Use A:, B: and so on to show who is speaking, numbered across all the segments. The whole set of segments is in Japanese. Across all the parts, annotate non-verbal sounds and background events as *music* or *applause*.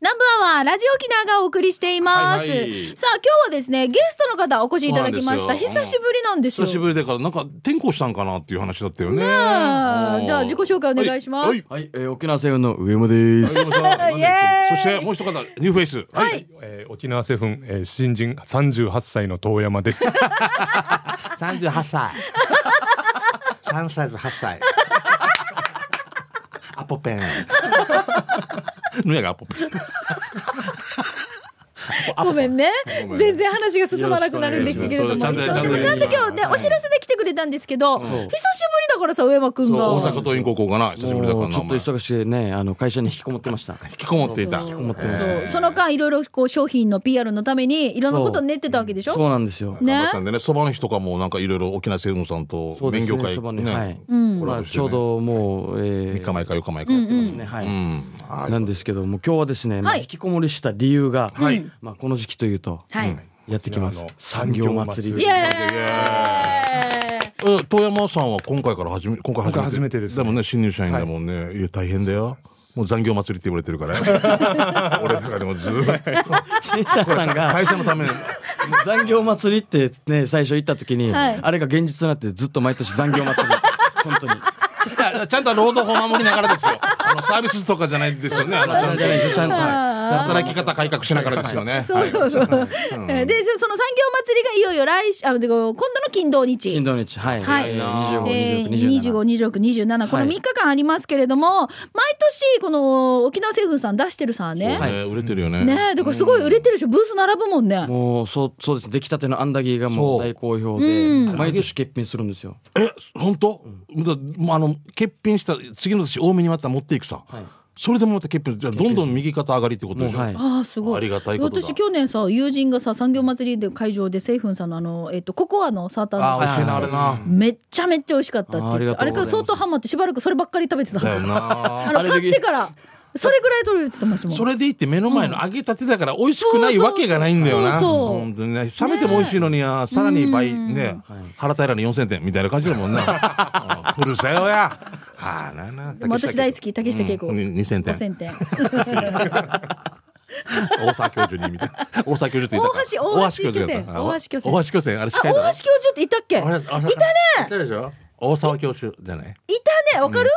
A: 南部アワーラジオ沖縄がお送りしています、
B: はいはい
A: さあ今日はですねゲストの方お越しいただきました
B: そうなんですよ
A: 久しぶりなんですよ
B: 久しぶりだからなんか転校したんかなっていう話だったよね。
A: あ
B: う
A: ー
B: ん
A: じゃあ自己紹介お願いします、
B: はいはい
C: はい、えー、沖縄セブンの上山です。
A: イエーイ
B: そしてもう一方ニューフェイス。はい。
D: えー沖縄セブン、えー新人38歳の遠
B: *laughs*
D: 山です。
E: 三十八歳。三歳八歳。アポペン。
B: ぬやがアポペ
A: ごめんね
B: ごめん
A: 全然話が進まなくなるんですけれども
B: よろしくお願いします
A: そうそうち
B: ち
A: ゃ
B: ゃ
A: ん
B: ん
A: と
B: と
A: 今日ねお知らせで来てくれたんですけど、久しぶりだからさ上間くん
B: ン。
A: が
B: 大阪桐蔭高校かな久しぶりだから
C: もうち
B: な。
C: ょっと忙しくてね、あの会社に引きこもってました。
B: 引きこもっていた。
A: そう
C: こもってました
A: そうその間いろいろこう商品の PR のためにいろんなことを練ってたわけでしょ
C: そうなんですよ。
A: ね
B: 頑張ったんでね、そばの日とかもなんかいろいろ沖縄セブンさんと
C: そうです
B: 勉
C: ね
B: 強会
C: そばねはい
A: うん
B: コ
C: ま
B: ラ
C: あ
B: ボして
C: ち
B: ね
C: ょうどもう、えー、
B: 3日前か4日前か
A: う
B: や
A: ん
B: って
A: う
B: ます
A: ん
C: ね、は
B: う
C: い。
B: ん。あ
C: なんですけども今日はですね、まあ
A: はい
C: 引きこもりした理由が、
A: い
C: まあこの時期というと
A: はい、
C: やってきます
D: 沖縄の
C: 産業祭
D: 産
A: イ
C: り
D: 業祭
A: エーイ
B: え遠山さんは今回から始め今回
D: 今回初めてですね
B: だもんね新入社員だもんね、い、や大変だよもう残業祭りって言われてるから
C: *laughs*
B: 俺とかでもずっと
C: 新社さんが
B: 会社のために
C: 残業祭りってね最初行った時に、
A: はい
C: あれが現実になってずっと毎年残業祭り本当に
B: いやちゃんと労働法守りながらですよあのサービスとかじゃないですよねあのちゃんと
C: ちゃんと
B: 働き方改革しながらですよね
A: そうそうそう。で、その産業祭りがいよいよ来週、あの、で今度の金土
C: イン
A: 日。
C: ドネチはい、
A: はい
C: え
A: えー、
C: ー、25
A: 25、26、27、この
C: はい
A: 3日間ありますけれども、毎年、この沖縄製粉さん出してるさね、
B: ね売れてるよね
A: ねえ、だからすごい売れてるでしょ、ブース並ぶもんね。
C: もうそうそうです出来たてのアンダギーがもう
B: そう
C: 大好評
A: う
C: で
B: ん
C: 毎年欠品するんですよ。
B: 本当、だもうあの欠品した次の年多めにまた持っていくさ、
C: はい
B: それでもまた欠品じゃあどんどん右肩上がりってことで
C: もう
B: しょ、
C: はい。
A: ああすごい
B: ありがたいことだ
A: 私去年さ友人がさ産業祭りで会場で製粉さんのあの、えっとココアのサーター
B: あ
A: の
B: あ美味しいなあれな、
A: めっちゃめっちゃ美味しかったって言って
C: あありが
A: あ
C: とうござ
A: れ
C: います
A: から相当ハマってしばらくそればっかり食べてたんで
B: だ
A: す
B: よ
A: よ
B: な
A: あの
C: あれ
A: 買ってからそれぐらい取れてたもん
B: それでいって目の前の揚げたてだから美味しくな
A: そ
B: いう
A: そうそう
B: わけがないんだよな。
A: そうそう
B: 本当にね。冷めても美味しいのにや、さらに倍
A: うん
B: ね
C: はい、
B: 腹平の4000点みたいな感じだもん
A: *laughs*
B: な。うん古さよや。はあなな。
A: でも私大好き竹下恵子
B: うんに2000
A: 5
B: 点。
A: 0点
B: 大沢教授にみたいな。大沢教授って言ったか
A: 大橋大橋
B: 大橋教授だっ
A: 巨
B: た
A: 泉大橋巨泉
B: 大橋巨泉あれ
A: あ
B: 司
A: 大橋教
B: 会だろ。
A: 授っていたっけいたね
B: いたね。いたでしょ。大沢教授じゃない。
A: わかる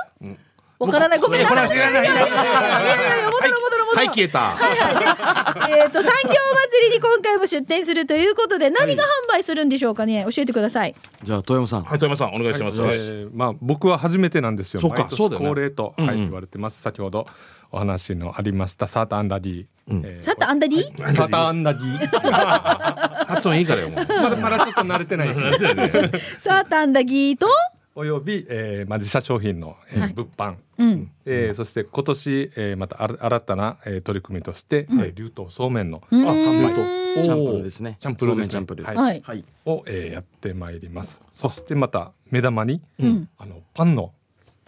A: わからないごめんなさい
B: これ知らない。
A: 戻ろう戻ろう戻ろう
B: はい消えた。
A: はいはいでえっと産業祭りに今回も出店するということで何が販売するんでしょうかね教えてください
C: じゃあ富山さん。
B: はい富山さんお願いします。はい
D: えーまあ僕は初めてなんですよ。
B: そうか
D: 毎年
B: そうだよね
D: 恒例と、はい言われてます。先ほどお話のありましたサーターアンダディ。えー
A: サッタアンダディ
D: サーターアンダ
B: *laughs*
D: ディ。
B: 発音いいからよもう。
D: まだまだちょっと慣れてないですね。
A: サーターアンダギーと
D: および、えーまあ自社商品の、えー物販。
A: うん
D: えーそして今年、えーまたあら新たな、えー取り組みとして、えー流動そうめんの
B: あ、販売と。
C: チャンプルーですね。
D: チャンプルーですね
C: そうめんチャンプルー。
D: はい
A: はい
C: はい。
D: を、えーやってまいりますそしてまた目玉に、
A: ん
D: あのパンの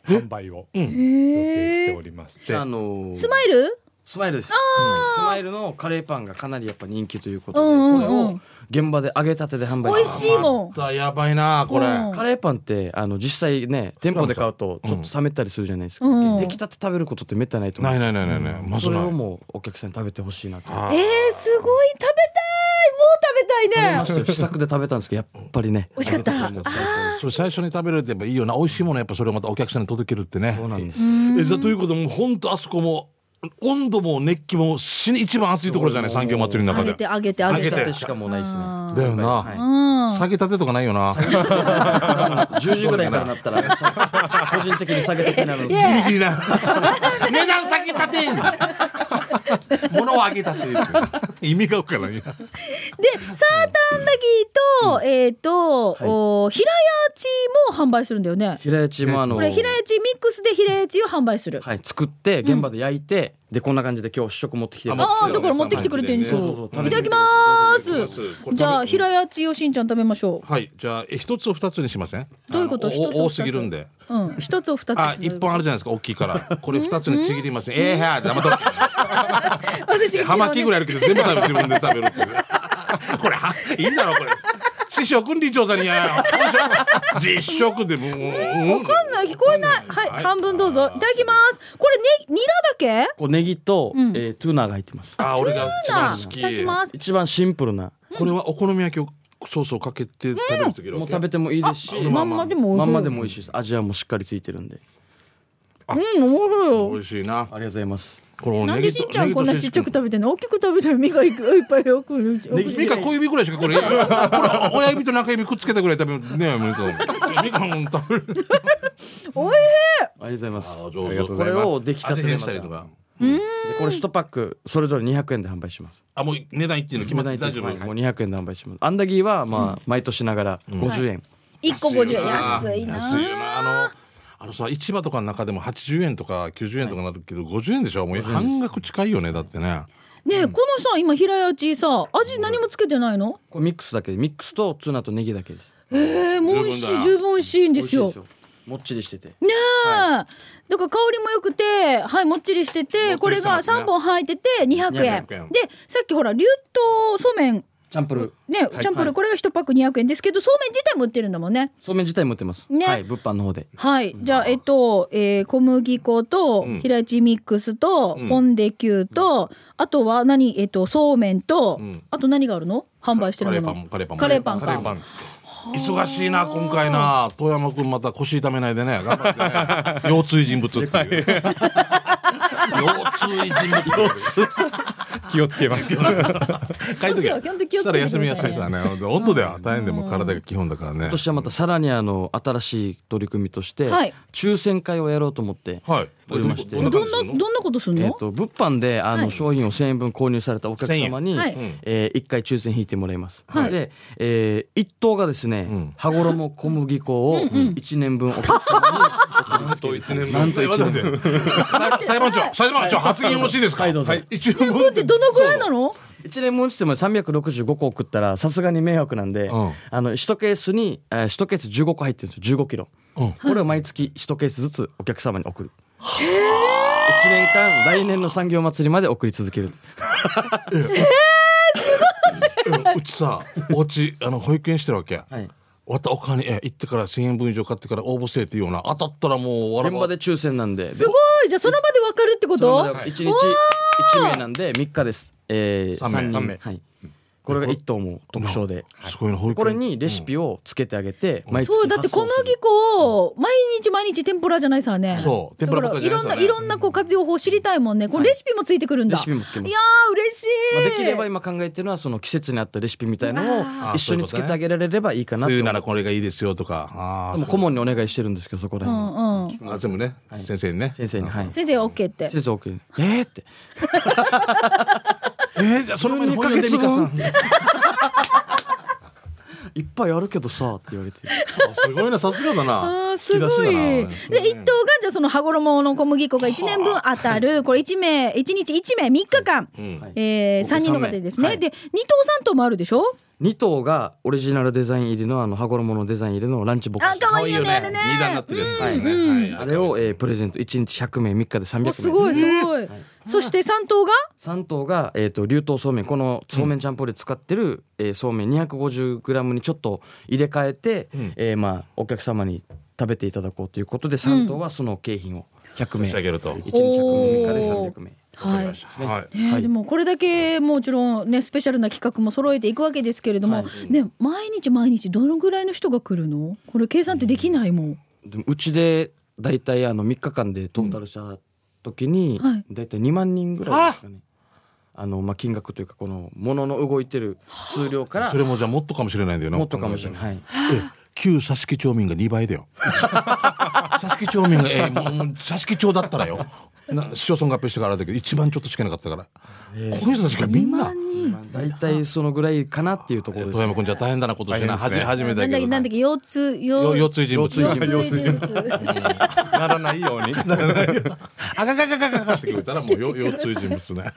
D: 販売を予定しておりまして、
C: あのー
A: スマイル
C: スマイルです。うんスマイルのカレーパンがかなりやっぱ人気ということで、
A: うんうんうん
C: これを現場で揚げたてで販売
A: 美味しいもん
B: またやばいなこれ。
A: うん
C: カレーパンってあの実際ね店舗で買うとちょっと冷めたりするじゃないですか、
A: うん
C: 出来たて食べることってめったにないと思う
B: ないないないないない。まず
C: それ
B: ない
C: を。もうお客さんに食べてほしいなと
A: えー、すごい食べたいもう食べたいね
C: 試作で食べたんですけどやっぱりね
A: 美味しかった
C: あの
B: それ最初に食べるってやっぱいいよな美味しいものやっぱそれをまたお客さんに届けるってね
C: そうなんです
B: えじゃあということでもう本当あそこも温度も熱気も死に一番暑いところじゃない産業祭りの中
A: 揚
B: で
A: げて揚げて揚げ
B: 揚げ
A: て
B: て
C: しかもうないですね
B: だよな、
C: は
A: うん
B: 下げたてとかないよな
C: 10時ぐらいからなった *laughs* ら個人的に下げたくなるんで
B: ギ
C: すけど
B: リギリな値段下げたて物を上げたて意味がわからんや
A: で、サーターアンダギーと、えっ、と、
C: はい
A: お平屋地も販売するんだよね。
C: 平屋地もあの
A: これ平屋地ミックスで平屋地を販売する。
C: はい、作って現場で焼いて、でこんな感じで今日試食持ってきて
B: あ
C: る
B: も
A: ああ、
B: う
A: だから持ってきてくれてるんですよ。
C: そうそうそう
A: いただきます
B: 食べてくれてるこれ食べ。て
A: じゃあ平屋地をしんちゃん食べましょ
B: はいじゃあえ一つを二つにしません
A: どういうこと
B: あの
A: 一つを二つ
B: お多すぎるんで
A: う。うん、一つを二つ。
B: あ一本あるじゃないですか大きいからこれ二つにちぎりませんええはや黙っとけ
A: 私、
B: 葉巻ぐ
A: らい。 *laughs*
B: らいあるけど全部食べて自分で食べるっていうこれはいいんだろこれち師匠君理長さんにや実食でもう、うん
A: わかんない聞こえない。はい、
B: はい
A: 半分どうぞ。いただきます。これねニラだけ？
C: こうネギと、
A: うん
C: えートゥーナーが入ってます。
B: あ俺が一番好き
A: いただきます。
C: 一番シンプルな。
B: これはお好み焼きをソースをかけて食べるとき
C: もう食べてもいいですし、
A: まんまでも
C: まんまでも美味しいです。味はもうしっかりついてるんで。
A: うん、面白い
B: 美
A: よ。
B: 味しいな
C: ありがとうございます。
B: この
A: なん
B: ネ
A: で
B: ギ
A: し
B: と
A: んちゃんこんなちっちゃく食べてんの大きく食べたら身がいくいっぱいよく
B: ミカ小指ぐらいしかこれこれ親指と中指くっつけたぐらい食べるねえミカミカも食べる
A: おい
C: ありがとうございます。
B: 上
D: 手
C: これをできた
B: 味
C: て
B: 変
C: で
B: したり
C: で
B: とか
C: これ一パックそれぞれ200円で販売します。
B: あもう値段いっていうの決まって大丈
C: はいも
B: 夫
C: う200円で販売します。アンダギーはまあ毎年ながら50円。
A: しい一個50円安い
B: 安い
A: な
B: よなあのあのさ市場とかの中でも80円とか90円とかなるけど50円でしょもう半額近いよねだってね
A: ねえこのさ今平屋ちさ味何もつけてないの
C: これミックスだけでミックスとツナとネギだけです。
A: ええもう美味しい十分美味しいんですよ
C: 美味しいもっちりしてて。
A: ねえ、だから香りも良くてはいもっちりしてて
B: もっちりしてますね
A: これが三本入ってて200円
B: 200円
A: でさっきほら流凍そうめん
C: チャンプルー。
A: ね、
C: はい
A: チャンプルー、
C: はい
A: これが一パック200円ですけどそうめん自体も売ってるんだもんね
C: そうめん自体も売ってます。
A: ね
C: はい、物販の方で。
A: はい、じゃあえっと、えー小麦粉と
B: うん
A: 平打ちミックスと、
B: うん
A: ポンデキューと、あとは何えっとそうめんと、
B: うん
A: あと何があるの販売して
B: カレ
A: る
B: ーパ
A: も
B: ン
A: の
B: もカレーパンも
A: カレーパン
D: カレーパ
A: か
D: ンですよ
B: 忙しいな今回な遠山君また腰痛めないでね頑張
A: *laughs*
B: ってね腰椎人物っていう腰椎人物
D: *laughs* 気をつけます。
B: 書いとけ
A: 本当だ本当気をつけてくださいね
B: したら休み休みしたらね本当だよ大変でもう体が基本だからね
C: 今年はまたさらにあの新しい取り組みとして、
A: はい
C: 抽選会をやろうと思って、
B: はい
C: おりまして
B: どんな
A: ど
B: 感
A: ん
B: じ
A: な
B: するの
A: どんなことするの、
C: えっと物販であの、
A: はい
C: 商品を1000円分購入されたお客様に、
A: 1000円はい
C: え1回抽選引いてもらいます、
A: はい
C: で、え1等がですね、
B: うん
C: 羽衣小麦粉を1年分お客様
D: あと一年
C: なんと
B: え待
A: *laughs*
B: って待って裁裁判長裁判長発言よろしいですか
C: はいどうぞ
B: 一応
A: これってどのくらいなの
C: 1年分って言っても365個送ったらさすがに迷惑なんで、
B: うん
C: あの1ケースに、えー、1ケース15個入ってるんですよ1 5キロ、
B: うん
C: これを毎月1ケースずつお客様に送る1年間来年の産業祭りまで送り続ける
B: *laughs* うんうちさお家あの保育園してるわけ、
C: はい
B: 終わったお金え行ってから1000円分以上買ってから応募せえっていうような当たったらもうわら
C: 現
B: ば
C: 場で抽選なんです
A: ごいじゃあその場でわかるってこ
C: その
A: と
C: ままで一日
A: おー
C: 一名なんで3日です。えー、
B: 三名
C: 三
D: 三
C: 人
D: 名
C: はい。これが一等も特徴で。
B: すごいな保育園
C: これにレシピをつけてあげて、毎月
A: そうだって小
C: 発送する
A: 麦粉を毎日毎日天ぷらじゃないさね
B: そう天ぷらばっかり
A: だ
B: じゃ
A: か
B: な
A: ら
B: いさ
A: いろんないろん
B: ね
A: なこう活用法知りたいもんねこのレシピもついてくるんだ、
C: レシピもつけます
A: いやー嬉し
C: まあ
A: い、
C: できれば今考えてるのはその季節に合ったレシピみたいのを
B: あー
C: 一緒につけてあげられればいいかなと。
B: 冬
C: で
B: ならこれがいいですよとかあ
C: も顧問にお願いしてるんですけどそこら
A: う
C: 辺の
A: んうん
B: あでもね、先生にね
C: 先生にはい。
A: 先生は OK って
C: 先生 OK。えーって。
B: えー、じゃあその前に本読んでみかさん
C: いっぱいあるけどさって言われて。
B: あすごいなさすがだな
A: あーすごいで一等がじゃあその羽衣の小麦粉が1年分当たるこれ1名1日1名3日間、
B: ん
C: はい
A: えー、
C: 合計
A: 3人の
C: 三名
A: 方でですね、
C: はい
A: で2等3等もあるでしょ
C: 2等がオリジナルデザイン入りのあの羽衣のデザイン入りのランチボックス
A: あ。かわいいよねあれね
B: 二段になってるやつ、
C: はい
B: ねはい
C: あれを、えープレゼント1日100名3日で300名
A: おすごいすごい、そして3等が
C: 3頭が、えー、と流湯そうめんこのそうめんチャンポで使ってる、えーそうめん 250g にちょっと入れ替えて、
B: ん
C: えーまあ、お客様に食べていただこうということで3頭はその景品を100名、
B: 差し上げると
C: 1日100名3日で300名
A: はい、
B: はい
A: ね
C: はい
A: でもこれだけもちろんねスペシャルな企画も揃えていくわけですけれども、
C: は
A: ね毎日毎日どのぐらいの人が来るのこれ計算ってできないもん、
C: でもうちで大体あの3日間でトータルした時に、
A: うんはい
C: 大体2万人ぐらいですかねあの、まあ、金額というかこの物の動いてる数量から
B: それもじゃあもっとかもしれないんだよな
C: もっとかもしれない、はい、
B: え旧佐敷町民が2倍だよ佐敷町民がえーもうもう佐敷町だったらよな市町村合併してからだけど一番ちょっとしかなかったから、この人たちがみんな
C: 大体そのぐらいかなっていうところです
B: 富山君じゃ大変だなことしてな、
D: 大変
B: は
D: で
A: な
B: じ初め
D: すね
B: だ
A: ん
B: け
A: だっ
B: ど
A: けなんだっけ腰痛
B: よ
A: 腰
B: 腰椎人物
A: 腰
B: が
A: 痛人物
D: ならないように。
B: あががががががって聞こえたらもうよ腰椎人物ね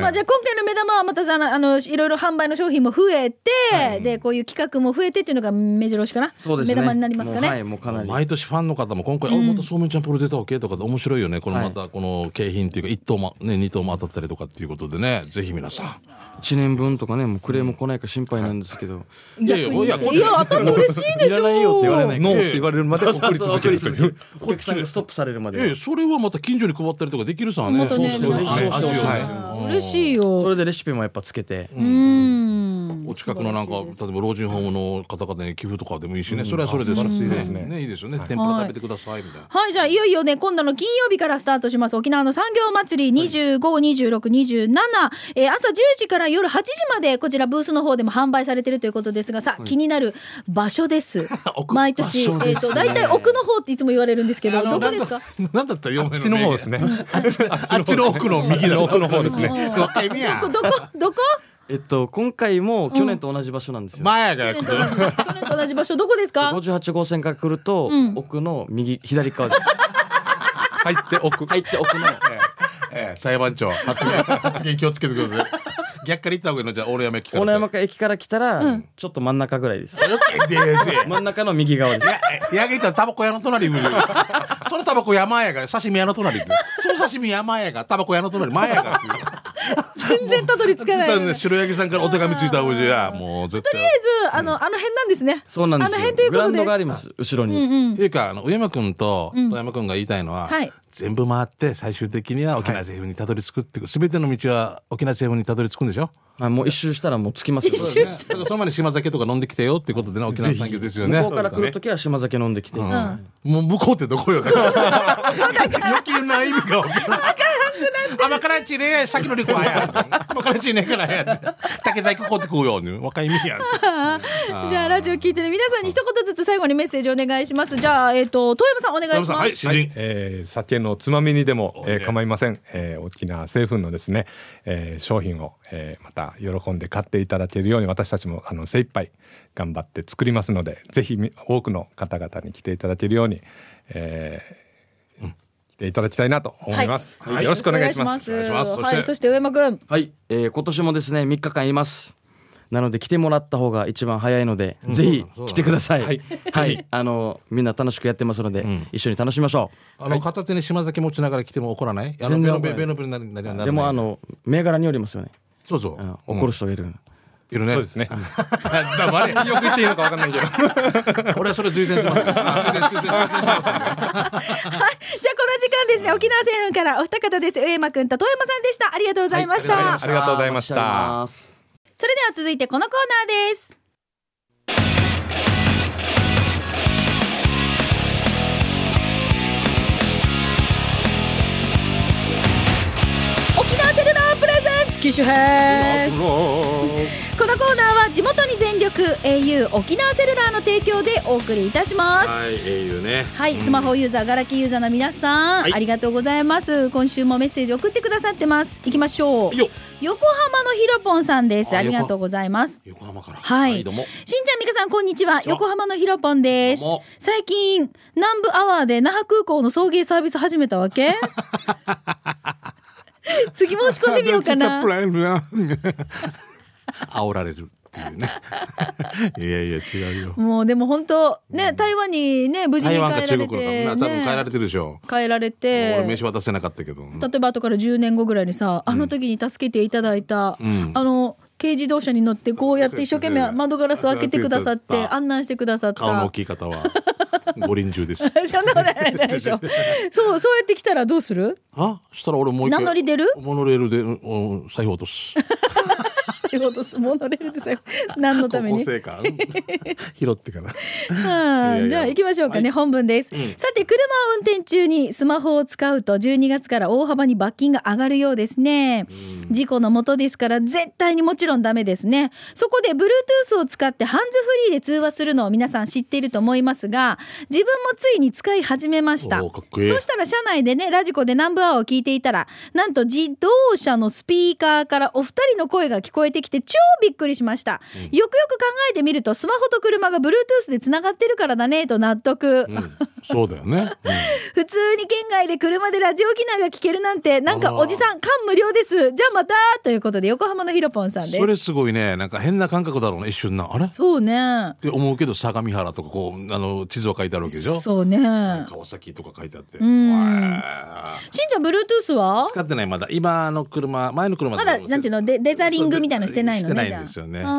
A: まあじゃあ今回の目玉はまたさあのいろいろ販売の商品も増えて、でこういう企画も増えてっていうのが目白押しかな、
C: そうです
A: 目
C: ね。
A: 玉になりますかね。
C: もうはい、もうかなり。
B: 毎年ファンの方も今回、あまたそうめんちゃんプロ出たわけとかで面白いよねこの
C: はい
B: またこの景品っていうか1等も、ね、2等も当たったりとかっていうことでねぜひ皆さ
C: 1年分とかね、もうクレーム来ないか心配なんですけど。
B: いやいや
A: 逆に
B: いやこれ
A: いや当たって嬉しいでしょ。
C: いらないよって言われない
D: ノーって言われるまで送り続けるという。
C: お客さんがストップされるま
B: ん、ええ
C: で。
B: それはまた近所に配ったりとかできるさね
A: またね
B: そうしてほしいね
C: そう
B: 味をね、
C: そう
A: あー
B: うん
A: 嬉しいよ。
C: それでレシピもやっぱつけて。
A: うん。
B: お近くのなんか例えば老人ホームの方々に寄付とかでもいいしね、それはそれで
D: 素晴らしいですね
B: ねいいですよね、天ぷら食べてくださいみたいな。
A: はい、じゃあ、いよいよね、今度の金曜日からスタートします。沖縄の産業祭り25、26、27、えー朝10時から夜8時まで、こちらブースの方でも販売されてるということですが、さあ、気になる場所です。
B: 奥
A: 毎年、
B: 場所
A: え
B: で
A: っ、
B: す
A: と、大体奥の方っていつも言われるんですけど、
B: あの
A: どこですか
B: なんだなんだったら
D: あっ
B: 嫁
D: ちの
B: の
D: 方
B: 名
D: で
B: 言
D: すね。
B: あっちの奥の右だ
D: 奥の方ですね。
B: 6回目や
A: どこ、どこ、どこ
C: えっと、今回も去年と同じ場所なんですよ。
B: 前が
A: 去年と同じ去年と同じ場所、どこですか
C: 58号線から来ると、
A: ん
C: 奥の右、左側です。
D: 入って奥。
C: 入って奥の。
B: ええ裁判長発言発言気をつけてください逆から言った方がいいのじゃあ俺やめ聞かれ
C: 小
B: て
C: 名山駅から来たら、ちょっと真ん中ぐらいです。
B: よく言ってよ
C: 真ん中の右側です。
B: えやげたらタバコ屋の隣にいるそのタバコ山やが刺身屋の隣ってその刺身山やがタバコ屋の隣前やがっていう
A: 全然たどり着
B: *laughs*
A: かない。
B: 実
A: とりあ
B: はね
A: えず、
B: 白柳さんからお手紙ついた方じゃもう絶対
A: あの、あの辺なんですね。
C: そうなんです
A: あ
C: よ。
A: の辺というこ
C: グラウ
A: と
C: ンドがあ
A: で。
C: ります、後ろに。
B: っていうかあの上山君と
A: ん
B: 富山君が言いたいのは、
A: はい
B: 全部回って最終的には沖縄政府にたどり着くっていう、全ての道は沖縄政府にたどり着くんでしょ
C: はい、もう一周したらもう着きますよ。
A: 一周
B: だからその前に島酒とか飲んできてよっていうことでね沖縄産業ですよね
C: 向こうから来るときは島酒飲んできて。
B: うんもう向こうってどこよだから余計な意味が分からなくなって甘辛いちねえ先のりこはや甘辛いちねえからや竹細工こうって食うよね若い意味や
A: じゃあラジオ聞いてる皆さんに一言ずつ最後にメッセージお願いします。じゃあえっ、と遠山さんお願いします。
B: はい新
D: は
B: 人
D: い、えー酒のつまみにでも、えー構いません、えー、沖縄製粉のですね、えー商品を、えーまた喜んで買っていただけるように私たちもあの精一杯頑張って作りますのでぜひみ多くの方々に来ていただけるように、えー来ていただきたいなと思います、よろしくお願いします
A: よろしくお願いします
B: お願いします
A: はい、
B: そして
A: そして上山くん。
C: はい、えー今年もですね、3日間います。なので来てもらった方が一番早いので、ぜひ来てください。はい、あのみんな楽しくやってますので、一緒に楽しみましょ
B: あの片手に島酒持ちながら来ても怒らないあの
C: 全
B: ベ
C: 然
B: ロ
C: 怒らな
B: ベ
C: い
B: ロベロベロになりなりなら
C: う。
B: ない
C: でもあの銘柄によりますよね。
B: そうそう
C: うん怒る人がいる。
B: いるね
D: そうですね黙れよく言っていいのかわかんないけど
B: 俺はそれ推薦しますよ推薦推薦推薦しますよ
A: じゃあこの時間ですね沖縄製粉からお二方です上山くんと遠山さんでした。ありがとうございました。
D: ありがとうございまし
C: お待ちてお
D: た
C: ります
A: それでは続いてこのコーナーです。沖縄セルラープレゼンツ機種編このコーナーは地元に全力 au 沖縄セルラーの提供でお送りいたします
B: はい英雄ね
A: はい、スマホユーザー、ガラキーユーザーの皆さん、ありがとうございます。今週もメッセージ送ってくださってます。行きましょう。
B: よ
A: 横浜のひろぽんさんです。
B: あ
A: ありがとうございます。
B: 横浜から
A: はい
B: どうも
A: しんちゃん、みかさん、こんにちは。
B: は
A: 横浜のひろぽんです
B: どうも。
A: 最近、南部アワーで那覇空港の送迎サービス始めたわ
B: *laughs*
A: け次申し込んでみようかな。
B: サプライズな *laughs* 煽られるっていう
A: *laughs*
B: ねいやいや違うよ
A: もうでも本当、ね、台湾にね、無事に
B: 台
A: 帰
B: 湾か
A: れ
B: ら中
A: て、
B: 国かみんな多分変えられてるでしょ
A: 変えられて。
B: 俺名刺渡せなかったけど
A: 例えば後から10年後ぐらいにさあの時に助けていただいた、
B: ん
A: あの軽自動車に乗ってこうやって一生懸命窓ガラスを開けてくださって案内してくださった
B: 顔の大きい
A: *laughs*
B: 方は五輪中です
A: そんなことないじゃないでしょそうそうやって来たらどうする
B: あしたら俺もう一回
A: 名乗り出る
B: モノレールでうんうん財布落
A: *laughs*
B: とす
A: そういうことですモノレールで *laughs* さ何のた
B: 高
A: め
B: 校
A: に
B: 生か
A: *laughs*
B: 拾ってから
A: はい
B: やいや
A: じゃあ行きましょうかね、本文です、さて車を運転中にスマホを使うと12月から大幅に罰金が上がるようですね、事故のもとですから絶対にもちろんダメですねそこで Bluetooth を使ってハンズフリーで通話するのを皆さん知っていると思いますが自分もついに使い始めました
B: おーかっこいい
A: そしたら車内でねラジコで南部アワーを聞いていたらなんと自動車のスピーカーからお二人の声が聞こえてきて超びっくりしました、よくよく考えてみるとスマホと車が Bluetooth でつながってるからだねと納得、 *laughs*
B: うんそうだよねうん
A: 普通に県外で車でラジオ機内が聞けるなんてなんかおじさん感無量ですじゃあまたということで横浜のひろぽんさんです
B: それすごいねなんか変な感覚だろうね一瞬なあれっ
A: そうね
B: て思うけど相模原とかこうあの地図は書いてあるわけでしょ
A: そうね
B: 川崎とか書いてあって
A: うんしんちゃん Bluetooth は
B: 使ってないまだ今の車前の車
A: まだなんていうのデデザリングみたいのしてないのね
B: そうでしてないんですよね
A: じゃあ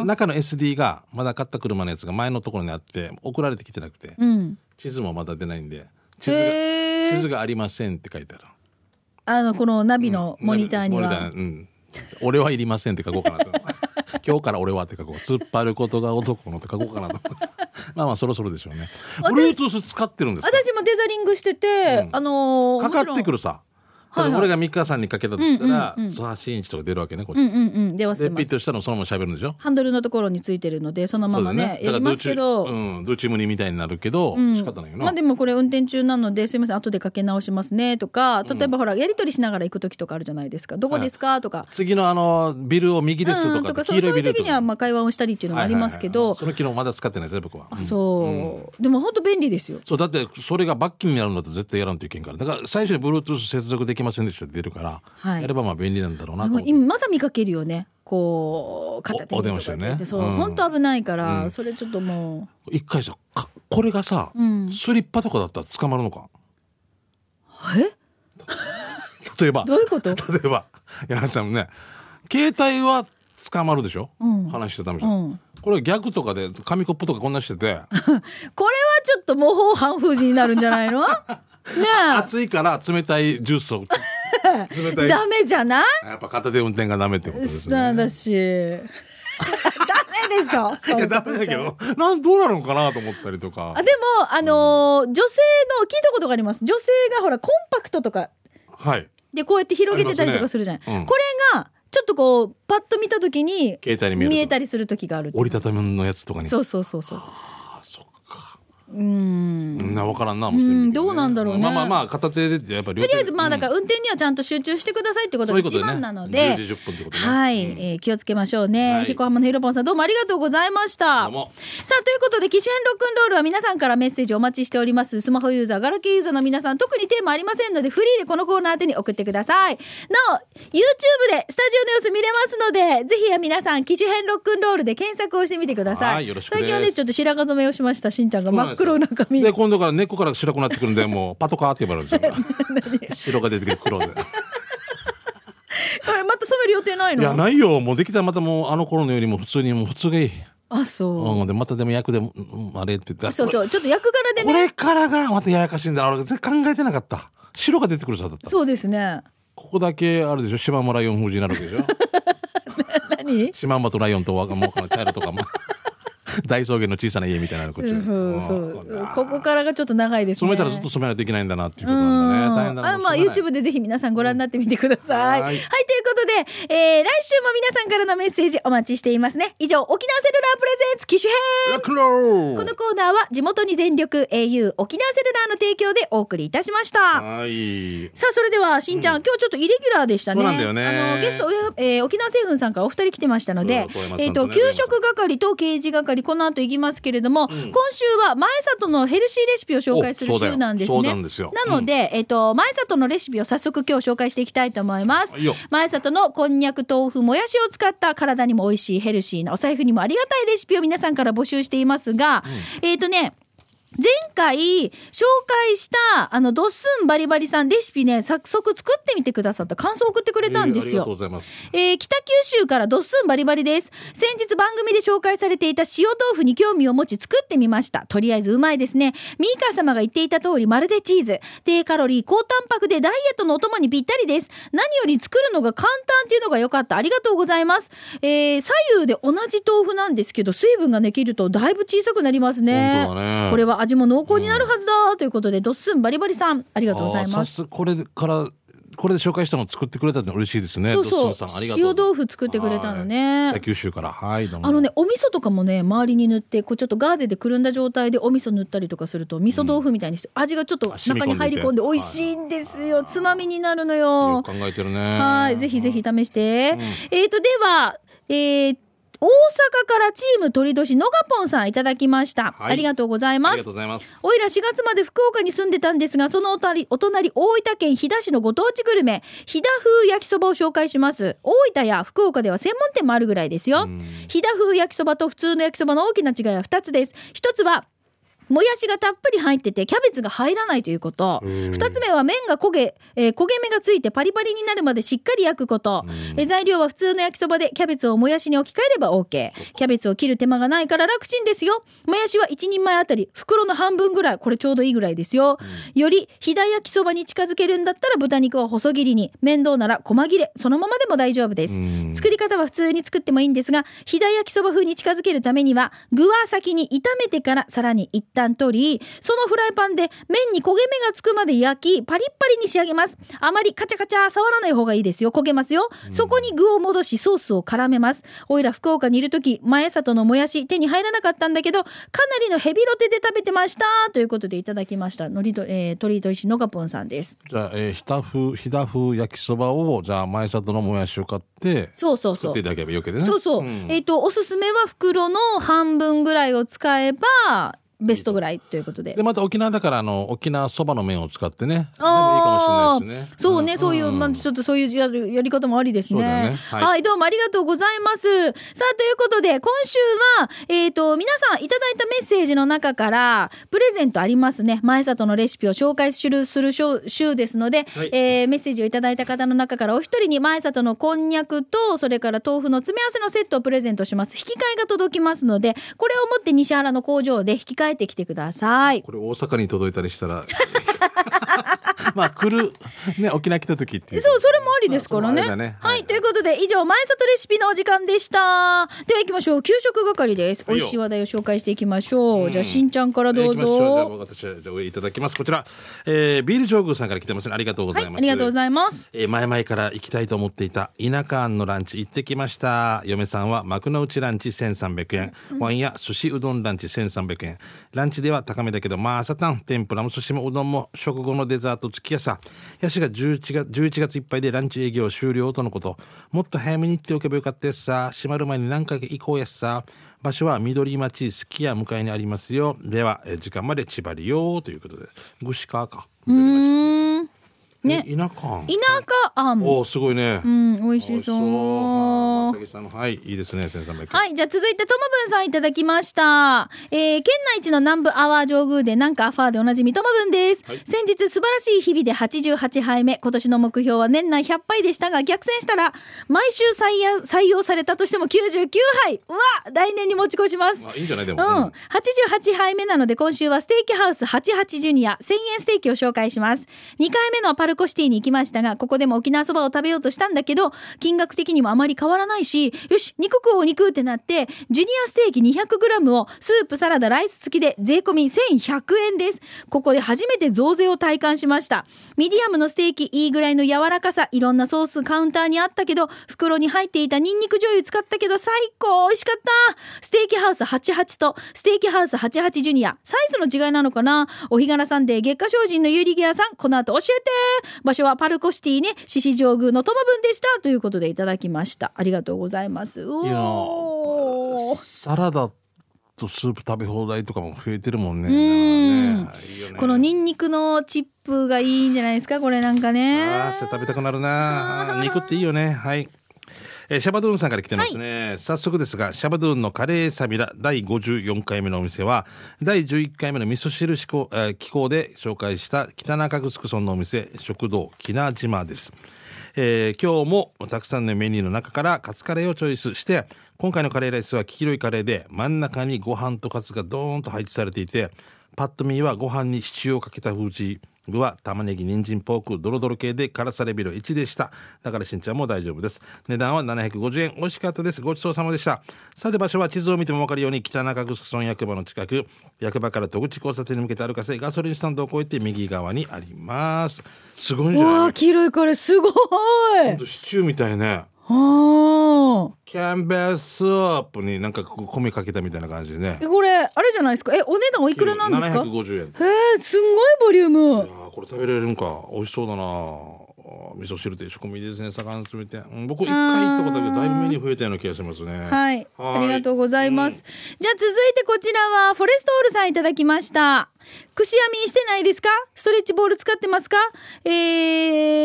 B: うんな中の SD がまだ買った車のやつが前のところにあって送られてきてなくて
A: うん
B: 地図もまだ出ないんで地図が
A: へ
B: 地
A: え
B: 図がありませんって書いてある
A: あのこのナビのモニターに
B: モニタ
A: は
B: ーうん俺はいりませんって書こうかなと *laughs* 今日から俺はって書こう突っ張ることが男のって書こうかなと *laughs* まあまあそろそろでしょうね Bluetooth 使ってるんですか
A: 私もデザリングしててあのー
B: かかってく
A: る
B: るさ
A: いはい
B: だから俺が三川さんにかけたとしたら
A: うんうんうん
B: 諏訪真一とか出るわけねこっ
A: う
B: ち
A: んうんうん出忘れ
B: で
A: てま
B: ピッ
A: す
B: としたのそのまま喋るんでしょ
A: ハンドルのところについてるのでそのままねやり
B: だからど
A: ま
B: っ
A: す
B: ち
A: けど
B: うんどっちもにみたいになるけど
A: うん
B: 仕方ないよ
A: まあ
B: な
A: でもこれ運転中なのですいません後でかけ直しますねとか例えばほらやり取りしながら行く時とかあるじゃないですかどこですかとか。
B: 次のあのビルを右で
A: う
B: す
A: ん
B: と
A: と
B: か
A: か
B: 黄
A: そうそ
B: 色
A: う
B: い
A: い
B: ビ
A: う
B: ル
A: 時
B: と
A: にはまあ会話をしたりっていうのもありますけど、
B: はいはいはいその機能まだ使ってないですね僕は
A: あそう、でも本当便利ですよ。
B: そうだってそれが罰金になるんだと絶対やらんといけんからだから最初に Bluetooth 接続できませんでしたって出るから、
A: はい
B: やればまあ便利なんだろうな
A: で
B: と
A: も
B: 思って
A: 今まだ見かけるよねこう片手に
B: おお出ましたよね
A: とかでそう、
B: うん
A: 本当危ないから、それちょっとも
B: 一回さかこれがさ、
A: うん
B: スリッパとかだったら捕まるのか *laughs*
A: うえ
B: 例えば
A: どういうこと
B: *laughs* 例えば柳田さんもね携帯は捕まるでしょ、
A: うん
B: 話してためじ
A: う
B: ゃん、
A: ん、
B: これ逆とかで紙コップとかこんなして
A: *laughs*
B: て
A: これはちょっと模倣犯封じになるんじゃ
B: *laughs*
A: ないのね
B: 暑いから冷たいジュースを
A: *laughs*
B: つ冷た
A: え
B: い
A: ダメじゃない
B: やっぱ片手運転がダメってことですね
A: だだしダ
B: *laughs*
A: メでしょそ
B: いうや
A: うこ
B: ダ
A: と
B: メ
A: じゃ
B: だけどなんどうなるのかなと思ったりとか
A: あでもあのー女性の聞いたことがあります女性がほらコンパクトとか
B: はい
A: でこうやって広げてたりとかするじゃない、
B: ありますねうん
A: これがちょっとこうパッと見た時に
B: 携帯に見える
A: 見えたりする時があるっていう
B: 折りたたみのやつとかに
A: そうそうそうそう
B: あそっか
A: うーん
B: うんな分からんな
A: うん
B: も
A: どうなんだろうね
B: まあまあまあ片手でやっぱり
A: とりあえずまあだから運転にはちゃんと集中してくださいってこと
B: そ
A: が
B: ういうこと
A: 一
B: ね
A: 番なので、
B: 10時10分ってことね
A: はい、
B: うん
A: えー気をつけましょうね、
B: はい
A: 彦浜のひろぽんさんどうもありがとうございました
B: どうも
A: さあということで機種編ロックンロールは皆さんからメッセージお待ちしておりますスマホユーザーガラケーユーザーの皆さん特にテーマありませんのでフリーでこのコーナー宛てに送ってくださいなお YouTube でスタジオの様子見れますのでぜひ皆さん機種編ロックンロールで検索をしてみてください
B: はいよろしくです
A: 最近はねちょっと白髪染めをしましたしんちゃんが真っ黒な髪
B: で今度から根っこから白くなってくるん
A: *laughs*
B: でもうパトカーって呼ばれるんですよ白が出てくる黒で
A: これまた染める予定ない
B: い
A: の
B: やないよもうできたらまたもうあの頃のよりも普通にもう普通がいい
A: あそう、
B: うんでまたでも役でもうんあれって言って
A: そうそうちょっと役柄で
B: こ
A: ね
B: れからがまたややかしいんだな俺全然考えてなかった白が出てくるさだったら
A: そうですね
B: ここだけあるでしょ島村四風になる
A: *laughs*
B: わけでしょ
A: 何
B: 島馬とライオンと若者の茶色
A: *laughs*
B: とかも大草原の小さな家みたいなのこっち
A: そうそうここからがちょっと長いですね
B: 染めたらずっと染めないといけないんだなっていう
A: う
B: ことなん
A: ん
B: だね大変だな
A: あまあ
B: しょうがない
A: YouTube でぜひ皆さんご覧になってみてください。
B: う
A: は
B: んはいい
A: ということで、えー来週も皆さんからのメッセージお待ちしていますね。以上沖縄セルラープレゼンツ機種編
B: ラクロ
A: この
B: ー
A: コーナーは地元に全力 au 沖縄セルラーの提供でお送りいたしました。
B: はい
A: さあそれではしんちゃん、今日ちょっとイレギュラーでしたね。
B: そうなんだよね
A: あのゲスト、えー沖縄製粉さんからお二人来てましたので
B: そう、そう富
A: えっ、
B: 山さ
A: と
B: んとね
A: 給食係と刑事係この後行きますけれども、今週は前里のヘルシーレシピを紹介する
B: おそうだよ
A: 週なんです
B: そ
A: ね。
B: うなんですよ
A: なので、えっ、と前里のレシピを早速今日紹介していきたいと思います
B: いいよ。
A: 前里のこんにゃく豆腐もやしを使った体にも美味しいヘルシーなお財布にもありがたいレシピを皆さんから募集していますが、えっ、とね。前回紹介したあのドッスンバリバリさんレシピね早速作ってみてくださった感想を送ってくれたんです
B: えーありがとう
A: よ
B: ご。ざいます
A: えー北九州からドッスンバリバリです先日番組で紹介されていた塩豆腐に興味を持ち作ってみましたとりあえずうまいですねミーカー様が言っていた通りまるでチーズ低カロリー高タンパクでダイエットのお供にぴったりです何より作るのが簡単っていうのが良かったありがとうございます、えー左右で同じ豆腐なんですけど水分ができるとだいぶ小さくなりますね
B: 本当だね
A: これは味も濃厚になるはずだということで、ドッスンバリバリさんあり
B: あ
A: がとうござい
B: ー
A: ま
B: さ
A: す
B: すこれからこれで紹介したのを作ってくれたって嬉しいですね
A: そうそう
B: ドッスンさんありがとう
A: 塩豆腐作ってくれたのね
B: はい北九州からはいどうも
A: あのねお味噌とかもね周りに塗ってこうちょっとガーゼでくるんだ状態でお味噌塗ったりとかすると味噌豆腐みたいにして味がちょっと
B: あ染み
A: 中
B: 込んで
A: に
B: て
A: 入り込んで美味しいんですよつまみになるの
B: よ
A: よ
B: く考えてるね
A: はいぜひぜひ試してえっとではえー大阪からチーム鳥年のがぽんさんいただきました、
B: はい
A: ありがとうござい
B: あ
A: ま
B: りが
A: す
B: とうございます。
A: おいら4月まで福岡に住んでたんですがそのおたりお隣大分県飛騨市のご当地グルメ飛騨風焼きそばを紹介します大分や福岡では専門店もあるぐらいですよ飛騨風焼きそばと普通の焼きそばの大きな違いは2つです一つはもやしがたっぷり入っててキャベツが入らないということ2つ目は麺が焦げ、えー焦げ目がついてパリパリになるまでしっかり焼くこと、えー材料は普通の焼きそばでキャベツをもやしに置き換えれば OK キャベツを切る手間がないから楽ちんですよもやしは1人前あたり袋の半分ぐらいこれちょうどいいぐらいですよ、よりひだ焼きそばに近づけるんだったら豚肉は細切りに面倒なら細切れそのままでも大丈夫です、作り方は普通に作ってもいいんですがひだ焼きそば風に近づけるためには具は先に炒めてからさらに一旦取りそのフライパンで麺に焦げ目がつくまで焼きパリッパリに仕上げますあまりカチャカチャ触らない方がいいですよ焦げますよ、そこに具を戻しソースを絡めますおいら福岡にいる時前里のもやし手に入らなかったんだけどかなりのヘビロテで食べてましたということでいただきましたのりと、えー、鳥と石のがぽんさんです
B: じゃあ、えー、ひたふ、ひだふ焼きそばを、じゃあ、前里のもやしを買って、
A: そうそう
B: 作
A: そ
B: っ
A: う
B: ていただければよけでね。
A: そうそう、えっ、とおすすめは袋の半分ぐらいを使えばベストぐらいということで
B: で、また沖縄だから、あの、沖縄そばの麺を使ってね。でもいい
A: あ
B: か
A: あ
B: もしれないですね。
A: そうね、そういう、まあ、ちょっとそういうやるやり方もありですね。
B: そうだね
A: は、
B: はいい
A: どうもありがとうございます。さあ、ということで、今週は、えっ、と、皆さんいただいたメッセージの中から、プレゼントありますね。前里のレシピを紹介する、する週週ですので、えーメッセージをいただいた方の中から、お一人に前里のこんにゃくと、それから豆腐の詰め合わせのセットをプレゼントします。引き換えが届きますので、これを持って西原の工場で引き換えてきてください。
B: これ大阪に届いたりしたら。 *laughs* まあ、来る、ね、沖縄来た時っていう。
A: そう、それもありですからね。
B: まあそれもありだね
A: は、
B: はいい
A: ということで、以上、前里レシピのお時間でした。では行きましょう。給食係です。美
B: いよ
A: 味しい話題を紹介していきましょう。じゃあ、しんちゃんからどう
B: えー行きましょうじゃあ
A: ぞ。
B: 私はじゃあいただきますこちら、えー、ビール上宮さんから来てますねありがとうござ
A: はいい、
B: ます、
A: ありがとうございます。
B: えー前々から行きたいと思っていた田舎庵のランチ行ってきました嫁さんは幕の内ランチ1300円ワンや寿司うどんランチ1300円ランチでは高めだけどまあ朝たん天ぷらも寿司もうどんも食後のデザート付きやさやしが11月 ,11 月いっぱいでランチ営業終了とのこともっと早めに行っておけばよかったやっさ閉まる前に何回か行こうやっさ場所は緑町すき家向かいにありますよでは、えー時間まで縛りよということで具志川か
A: ね
B: え田舎庵
A: 田舎あん。
B: おおすごいね、
A: うん、美味し
B: は
A: そ
B: いうま。さきさんのはい、いいですね、千三百。
A: はい、じゃあ続いてともぶんさんいただきました。えー、県内一の南部アワー上宮でなんかアファーでおなじみともぶんです。先日素晴らしい日々で88杯目、今年の目標は年内100杯でしたが逆転したら、毎週採用採用されたとしても99杯うわ来年に持ち越します。
B: あ、いいんじゃないで
A: う
B: も。
A: ん、88杯目なので今週はステーキハウス88ジュニア1000円ステーキを紹介します2回目のパルコシティに行きましたがここでも沖縄そばを食べようとしたんだけど金額的にもあまり変わらないしよし肉食おう肉ってなってジュニアステーキ 200g をスープサラダライス付きで税込み1100円ですここで初めて増税を体感しましたミディアムのステーキいいぐらいの柔らかさいろんなソースカウンターにあったけど袋に入っていたニンニク醤油使ったけど最高美味しかったステーキハウス88とステーキハウス88ジュニアサイズの違いなのかなお日柄さんで月下精進のユーリギアさんこの後教えて場所はパルコシティね獅子上宮のトマブンでしたということでいただきましたありがとうございますう
B: いや
A: おー
B: サラダとスープ食べ放題とかも増えてるもんね。
A: ん
B: だからねいいよね
A: このニンニクのチップがいいんじゃないですかこれなんかね
B: あーそれ食べたくなるなあー肉っていいよねはいえーシャバドゥーンさんから来てますね、早速ですがシャバドゥーンのカレーサビラ第54回目のお店は第11回目の味噌汁志向、えー機構で紹介した北中城村のお店食堂喜納島です、えー今日もたくさんのメニューの中からカツカレーをチョイスして今回のカレーライスは黄色いカレーで真ん中にご飯とカツがドーンと配置されていてパッと見はご飯にシチューをかけた風地具は玉ねぎ人参ポークドロドロ系で辛さレベル1でしただからしんちゃんも大丈夫です値段は750円美味しかったですごちそうさまでしたさて場所は地図を見ても分かるように北中城村役場の近く役場から戸口交差点に向けて歩かせガソリンスタンドを越えて右側にありますすごいんじゃ
A: わ
B: な
A: あ
B: い
A: 黄色いカレーすごい
B: ほんとシチューみたいね
A: あー
B: キャンベースープになんかこう米かけたみたいな感じでね
A: えこれあれじゃないですかえお値段おいくらなんですか
B: 750円
A: へえすんごいボリューム
B: あーこれ食べられるんか美味しそうだなお味噌汁という仕込みですね魚詰めて、うん、僕一回行ったことだけどだいぶ目に増えたような気がしますね
A: はい、
B: はい
A: ありがとうございます。じゃあ続いてこちらはフォレストオールさんいただきました。くしやみしてないですかストレッチボール使ってますかえ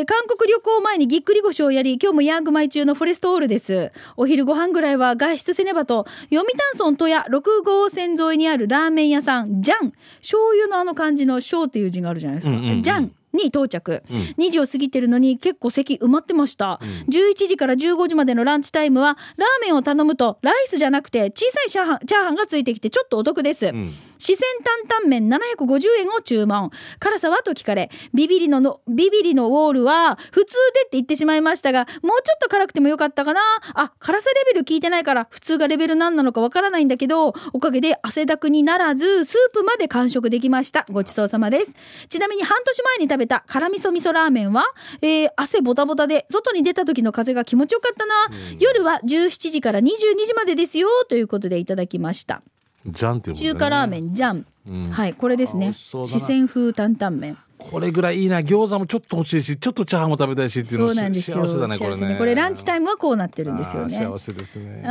A: ー、韓国旅行前にぎっくり腰をやり、今日もヤングマイ中のフォレストオールです。お昼ご飯ぐらいは外出せねばと、読谷村戸屋6号線沿いにあるラーメン屋さん、ジャン。醤油のあの感じの醤っていう字があるじゃないですか。
B: うんうんうん
A: ジャン。に到着、2時を過ぎてるのに結構席埋まってました、11時から15時までのランチタイムはラーメンを頼むとライスじゃなくて小さいチャーハンチャーハンがついてきてちょっとお得です、
B: ん
A: 四川担々麺750円を注文辛さはと聞かれビビリののビビリのウォールは普通でって言ってしまいましたがもうちょっと辛くてもよかったかなあ辛さレベル聞いてないから普通がレベル何なのかわからないんだけどおかげで汗だくにならずスープまで完食できましたごちそうさまですちなみに半年前に食べた辛味噌味噌ラーメンは、えー汗ボタボタで外に出た時の風が気持ちよかったな、夜は17時から22時までですよということでいただきました
B: ジャンっていうもんね
A: 中華ラーメンジャン、はいこれです
B: あ美
A: ね
B: 味しそうだな
A: 四川風担々麺
B: これぐらいいいな餃子もちょっと欲しいしちょっとチャーハンも食べたいしっていうの
A: そうなんですよ
B: 幸せだねこれ
A: 幸せ
B: ね
A: これランチタイムはこうなってるんですよね
B: あー幸せです
A: あ
B: ね
A: ー美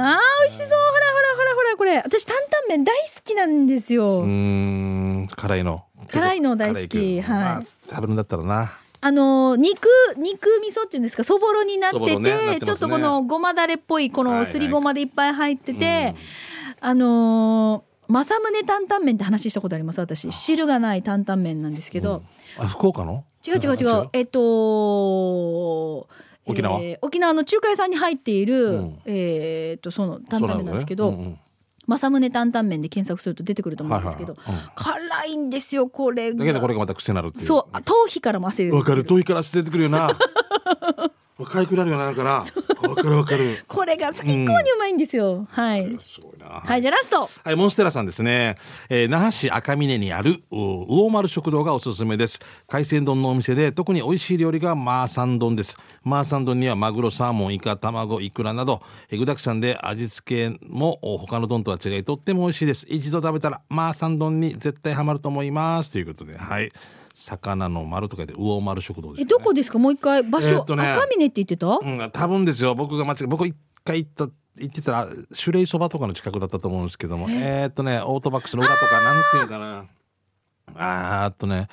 A: 味しそうほらほらほらほらこれ私担々麺大好きなんですよ、
B: うーん辛いの
A: 辛いの大好き
B: 辛いけど
A: はい
B: まあ食べるんだったらな
A: あの肉肉味噌っていうんですかそぼろになってて,、
B: そぼろねなってますね
A: ちょっとこのごまだれっぽいこ
B: はいは
A: の
B: い
A: すりごまでいっぱい入ってて、あのー政宗担々麺って話したことあります私汁がない担々麺なんですけど、
B: あ福岡の
A: 違う違う違うえっと
B: 沖縄
A: えー沖縄の中華屋さんに入っている、
B: うん
A: えーっとその担々麺なんですけ
B: そ
A: ど、
B: うなのね
A: 政宗担々麺で検索すると出てくると思うんですけど、
B: はいはい
A: 辛いんですよこれ
B: うんう
A: が
B: んだけどこれがまた癖になるっていう
A: そうあ頭皮からも汗出てく
B: わかる遠いから捨ててくるよな若いくなるよなだからわかるわかる
A: これが最高にうまいんですよ。はい。
B: すごいな
A: はい、じゃあラスト。
B: はい、モンステラさんですね。えー那覇市赤峰にある、お魚丸食堂がおすすめです。海鮮丼のお店で、特に美味しい料理がマーサン丼です。マーサン丼にはマグロ、サーモン、イカ、卵、イクラなど、えー具だくさんで味付けもお他の丼とは違い、とっても美味しいです。一度食べたら、マーサン丼に絶対ハマると思います。ということで、はい。魚の丸とかで、魚丸食堂です、
A: え、
B: ね。
A: どこですかもう一回。場
B: え
A: 所、
B: ーっとね
A: 赤峰って言ってた、
B: うん、多分ですよ。僕が間違え、僕一回行った、行ってたら、種類そばとかの近くだったと思うんですけども、えーっとね、オートバックスの裏とか、なんていうかな。あーっとね、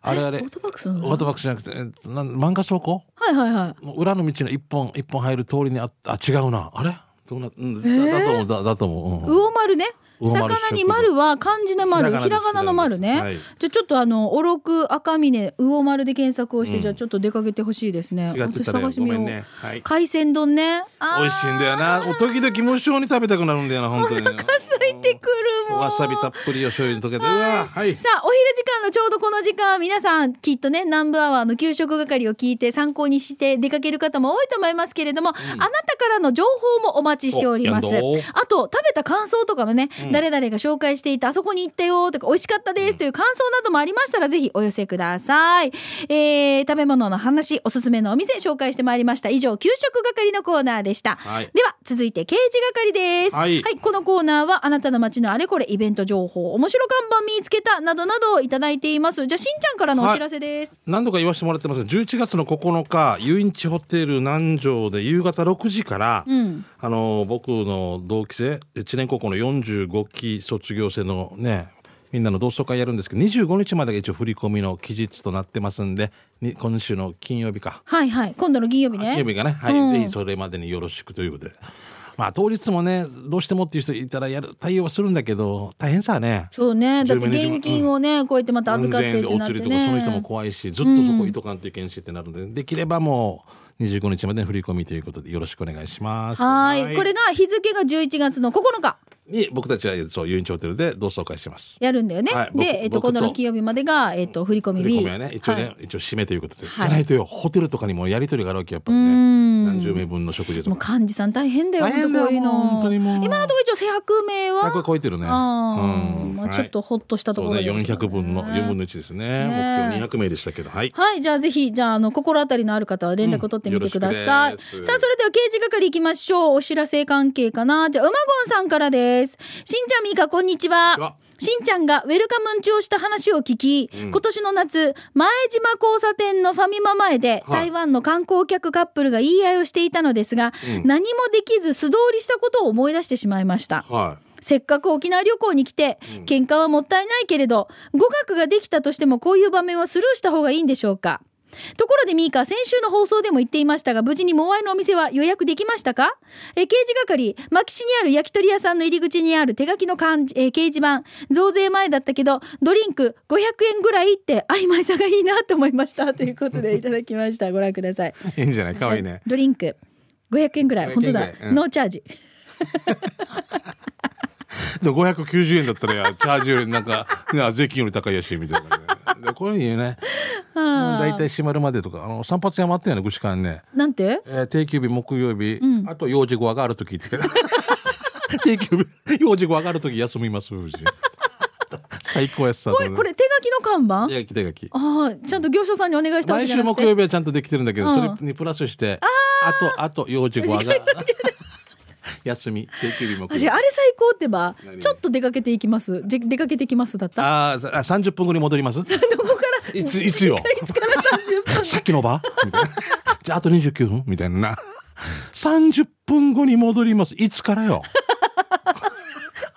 B: あれあれ、
A: オ
B: オ
A: ートバックスの
B: ートバックスじゃなくて、えっとなん漫画倉庫
A: はいはいはい。
B: もう裏の道の一本、一本入る通りにあっあ、違うな。あれどうな、うん、だだと思う、だだと思う。うん
A: 魚丸ね。
B: 魚丸
A: 魚に丸は漢字の丸、
B: ひらがなです
A: ひらがなの丸ね。
B: はい
A: じゃあちょっとあの、おろく赤峰、魚丸で検索をして、じゃあちょっと出かけてほしいですね。
B: 違って
A: 私
B: たね
A: 探してみよう
B: ごめんねはい
A: 海鮮丼ね。あー
B: 美味しいんだよな。時々無性に食べたくなるんだよな、本当に。
A: 空いてくるもん。
B: わさびたっぷりを醤油に溶けて、うわはい。
A: さあお昼時間のちょうどこの時間皆さんきっとね南部アワーの給食係を聞いて参考にして出かける方も多いと思いますけれども、あなたからの情報もお待ちしております
B: おやんど
A: あと食べた感想とかもね、誰々が紹介していたあそこに行ったよとか美味しかったですという感想などもありましたらぜひお寄せください、えー食べ物の話おすすめのお店紹介してまいりました以上給食係のコーナーでした、
B: はい
A: では続いて刑事係です
B: はい
A: はい、このコーナーはあなたの街のあれこれイベント情報、面白看板見つけたなどなどをいただいています。じゃあしんちゃんからのお知らせです。
B: 何度か言わせてもらってますが11月の9日遊園地ホテル南城で夕方6時から、
A: うん。
B: あの僕の同期生知念高校の45期卒業生のねみんなの同窓会やるんですけど25日までが一応振り込みの期日となってますんでに今週の金曜日か
A: はいはい。今度の金曜日
B: 金
A: ね。
B: 曜日かね、はい
A: うん
B: ぜひそれまでによろしくということで。まあ当日もねどうしてもっていう人いたらやる対応はするんだけど大変さね
A: そうね。だって
B: 10名20
A: 現金をね、こうやってまた預かってっ
B: 安全
A: て
B: でお
A: なって
B: 釣りとかその人も
A: ね。
B: 怖いしずっとそこいとかんといけんしってなるので、できればもう25日までの振り込みということでよろしくお願いします。
A: はいこれが日付が11月の9日
B: に僕たちはそう遊園地ホテルで同窓会してます。
A: やるんだよね。
B: はい僕
A: で、えっと、
B: 僕と
A: 今度の金曜日までが、えっと、振り込み
B: 振り
A: 日。
B: 込みはね一応ね、
A: はい
B: 一応締めということで、
A: い
B: じゃないとよホテルとかにもやり取りがあるわけやっぱり
A: う
B: ね
A: ん
B: 何十名分の食事
A: も
B: と
A: う
B: か。
A: 幹事さん大変だよ、
B: 大変だよ
A: こういうの
B: もう本当にもう
A: 今のところ一応100名は。
B: 100は超えてるね。
A: あー
B: うん
A: まあ、ちょっとほっとしたところ
B: は
A: で
B: い
A: す
B: そうね400分の4分の1ですね。目
A: ね
B: 標200名でしたけどはい。
A: はい、じゃあぜひ、じゃあ、あの、心当たりのある方は連絡を取ってみてください。
B: うんよろしくです
A: さあ、それでは刑事係行きましょう。お知らせ関係かな。じゃあ、馬ゴンさんからです。しんちゃんみーか、こんにちは。
B: こんにちは
A: しんちゃんがウェルカムンチをした話を聞き、今年の夏、前島交差点のファミマ前で、
B: はい
A: 台湾の観光客カップルが言い合いをしていたのですが、何もできず素通りしたことを思い出してしまいました。
B: は
A: せっかく沖縄旅行に来て、喧嘩はもったいないけれど、語学ができたとしてもこういう場面はスルーした方がいいんでしょうかところでミーカー、先週の放送でも言っていましたが、無事にモアイのお店は予約できましたかえー刑事係、牧師にある焼き鳥屋さんの入り口にある手書きの漢字、えー掲示板、増税前だったけど、ドリンク500円ぐらいって曖昧さがいいなと思いました。 *laughs* ということでいただきました。ご覧ください。 *laughs*
B: い。いいんじゃない *laughs* 可愛いね。
A: ドリンク500円ぐらい。本当
B: 500
A: だ
B: 円ぐらい。うん
A: ノーチャージ。
B: で590円だったらやチャージよりなんか、ね、税金より高いやしみたいなね、でこういうねうん大体閉まるまでとかあの散髪屋もあったよねぐし間ね、
A: なんて
B: えー定休日木曜日、あと用事後上がる時って *laughs* 定休日用事後上がる時休みます夫人 *laughs* 最高やつさ
A: これ、これ手書きの看板
B: 手書き手書き
A: ああ、ちゃんと業者さんにお願いしたわけ
B: 毎
A: じゃな
B: 週
A: く
B: 木
A: て
B: 曜日はちゃんとできてるんだけど、
A: うん
B: それにプラスしてあとあと用事後上
A: *laughs*
B: がる休み定休日木曜
A: 私
B: 日
A: あれ最高ってば
B: 何
A: ちょっと出かけていきますじ出かけてきますだった
B: あーあ30分後に戻りま
A: *laughs*
B: す
A: どこから
B: いついつよ
A: いつから30分
B: *laughs* さっきの場みたいな。じゃあ、あと29分みたいな。30分後に戻ります。いつから
A: *laughs*
B: よ。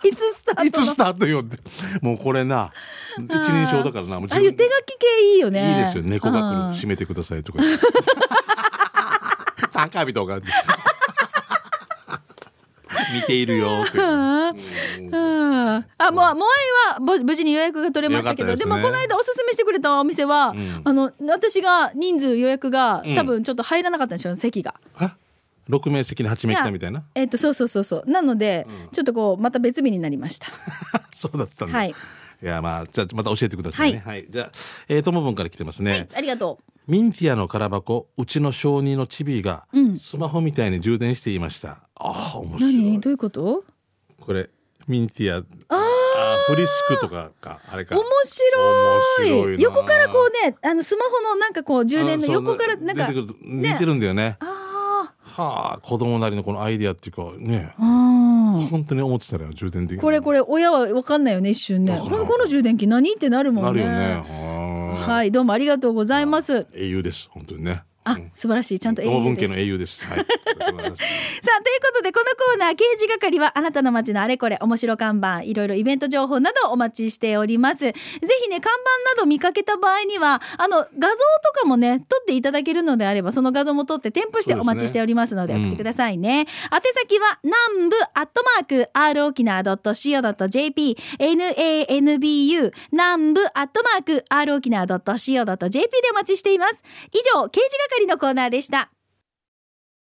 A: いつスタート
B: いつスタートよって。もうこれな、一人称だからな。もう
A: ああいう手書き系いいよね
B: いいですよ。猫が来
A: うん
B: る。閉めてください
A: *laughs*
B: とか。高火とか。見ているよって。
A: うんあもうモアイはぼ無事に予約が取れましたけど
B: よかっ
A: で
B: たです
A: も
B: ね
A: この間おすすめしてくれたお店は、
B: ん
A: あの私が人数予約が
B: うん
A: 多分ちょっと入らなかったんですよ席が。
B: あ6名席に8名来たみたいな。
A: えっとそうそうそうそうなので、ちょっとこうまた別日になりました。
B: そうだったんだ。
A: はいい、
B: や、まあ、じゃあまた教えてくださいね。はい。じゃあ、えーともぶんから来てますね。
A: はいありがとう。
B: ミンティアの空箱うちの小児のチビが
A: うん
B: スマホみたいに充電していました、ああ面白
A: 何
B: い
A: どういうこと？
B: これミンティア
A: ああ。
B: あフリスクとかかあれか
A: 面白い
B: 面白いな
A: 横からこうねあのスマホのなんかこう充電の横からなんか
B: 出てくる似てるんだよね
A: あ
B: はあ子供なりのこのアイディアっていうかね
A: あー
B: 本当に思ってたら充電できる
A: これこれ親は分かんないよね一瞬ね
B: わかんな
A: こ
B: い
A: のこの充電器何ってなるも
B: なんる
A: ね
B: よねはあ
A: はいどうもありがとうございます
B: 英雄です本当にね
A: あ素晴らしいちゃんと英
B: 友
A: 雄
B: 文
A: で
B: 家
A: す
B: の英雄ですはいありがとうございます
A: さあということでこのコーナー刑事係はあなたの街のあれこれ面白看板いろいろイベント情報などお待ちしておりますぜひね看板など見かけた場合にはあの画像とかもね撮っていただけるのであればその画像も撮って添付して
B: そうですね
A: お待ちしておりますので
B: うん
A: 送ってくださいね、宛先は南部アットマーク r 沖縄 .co.jp nanbu 南部アットマーク r 沖縄 .co.jp でお待ちしています以上刑事係のコーナーでした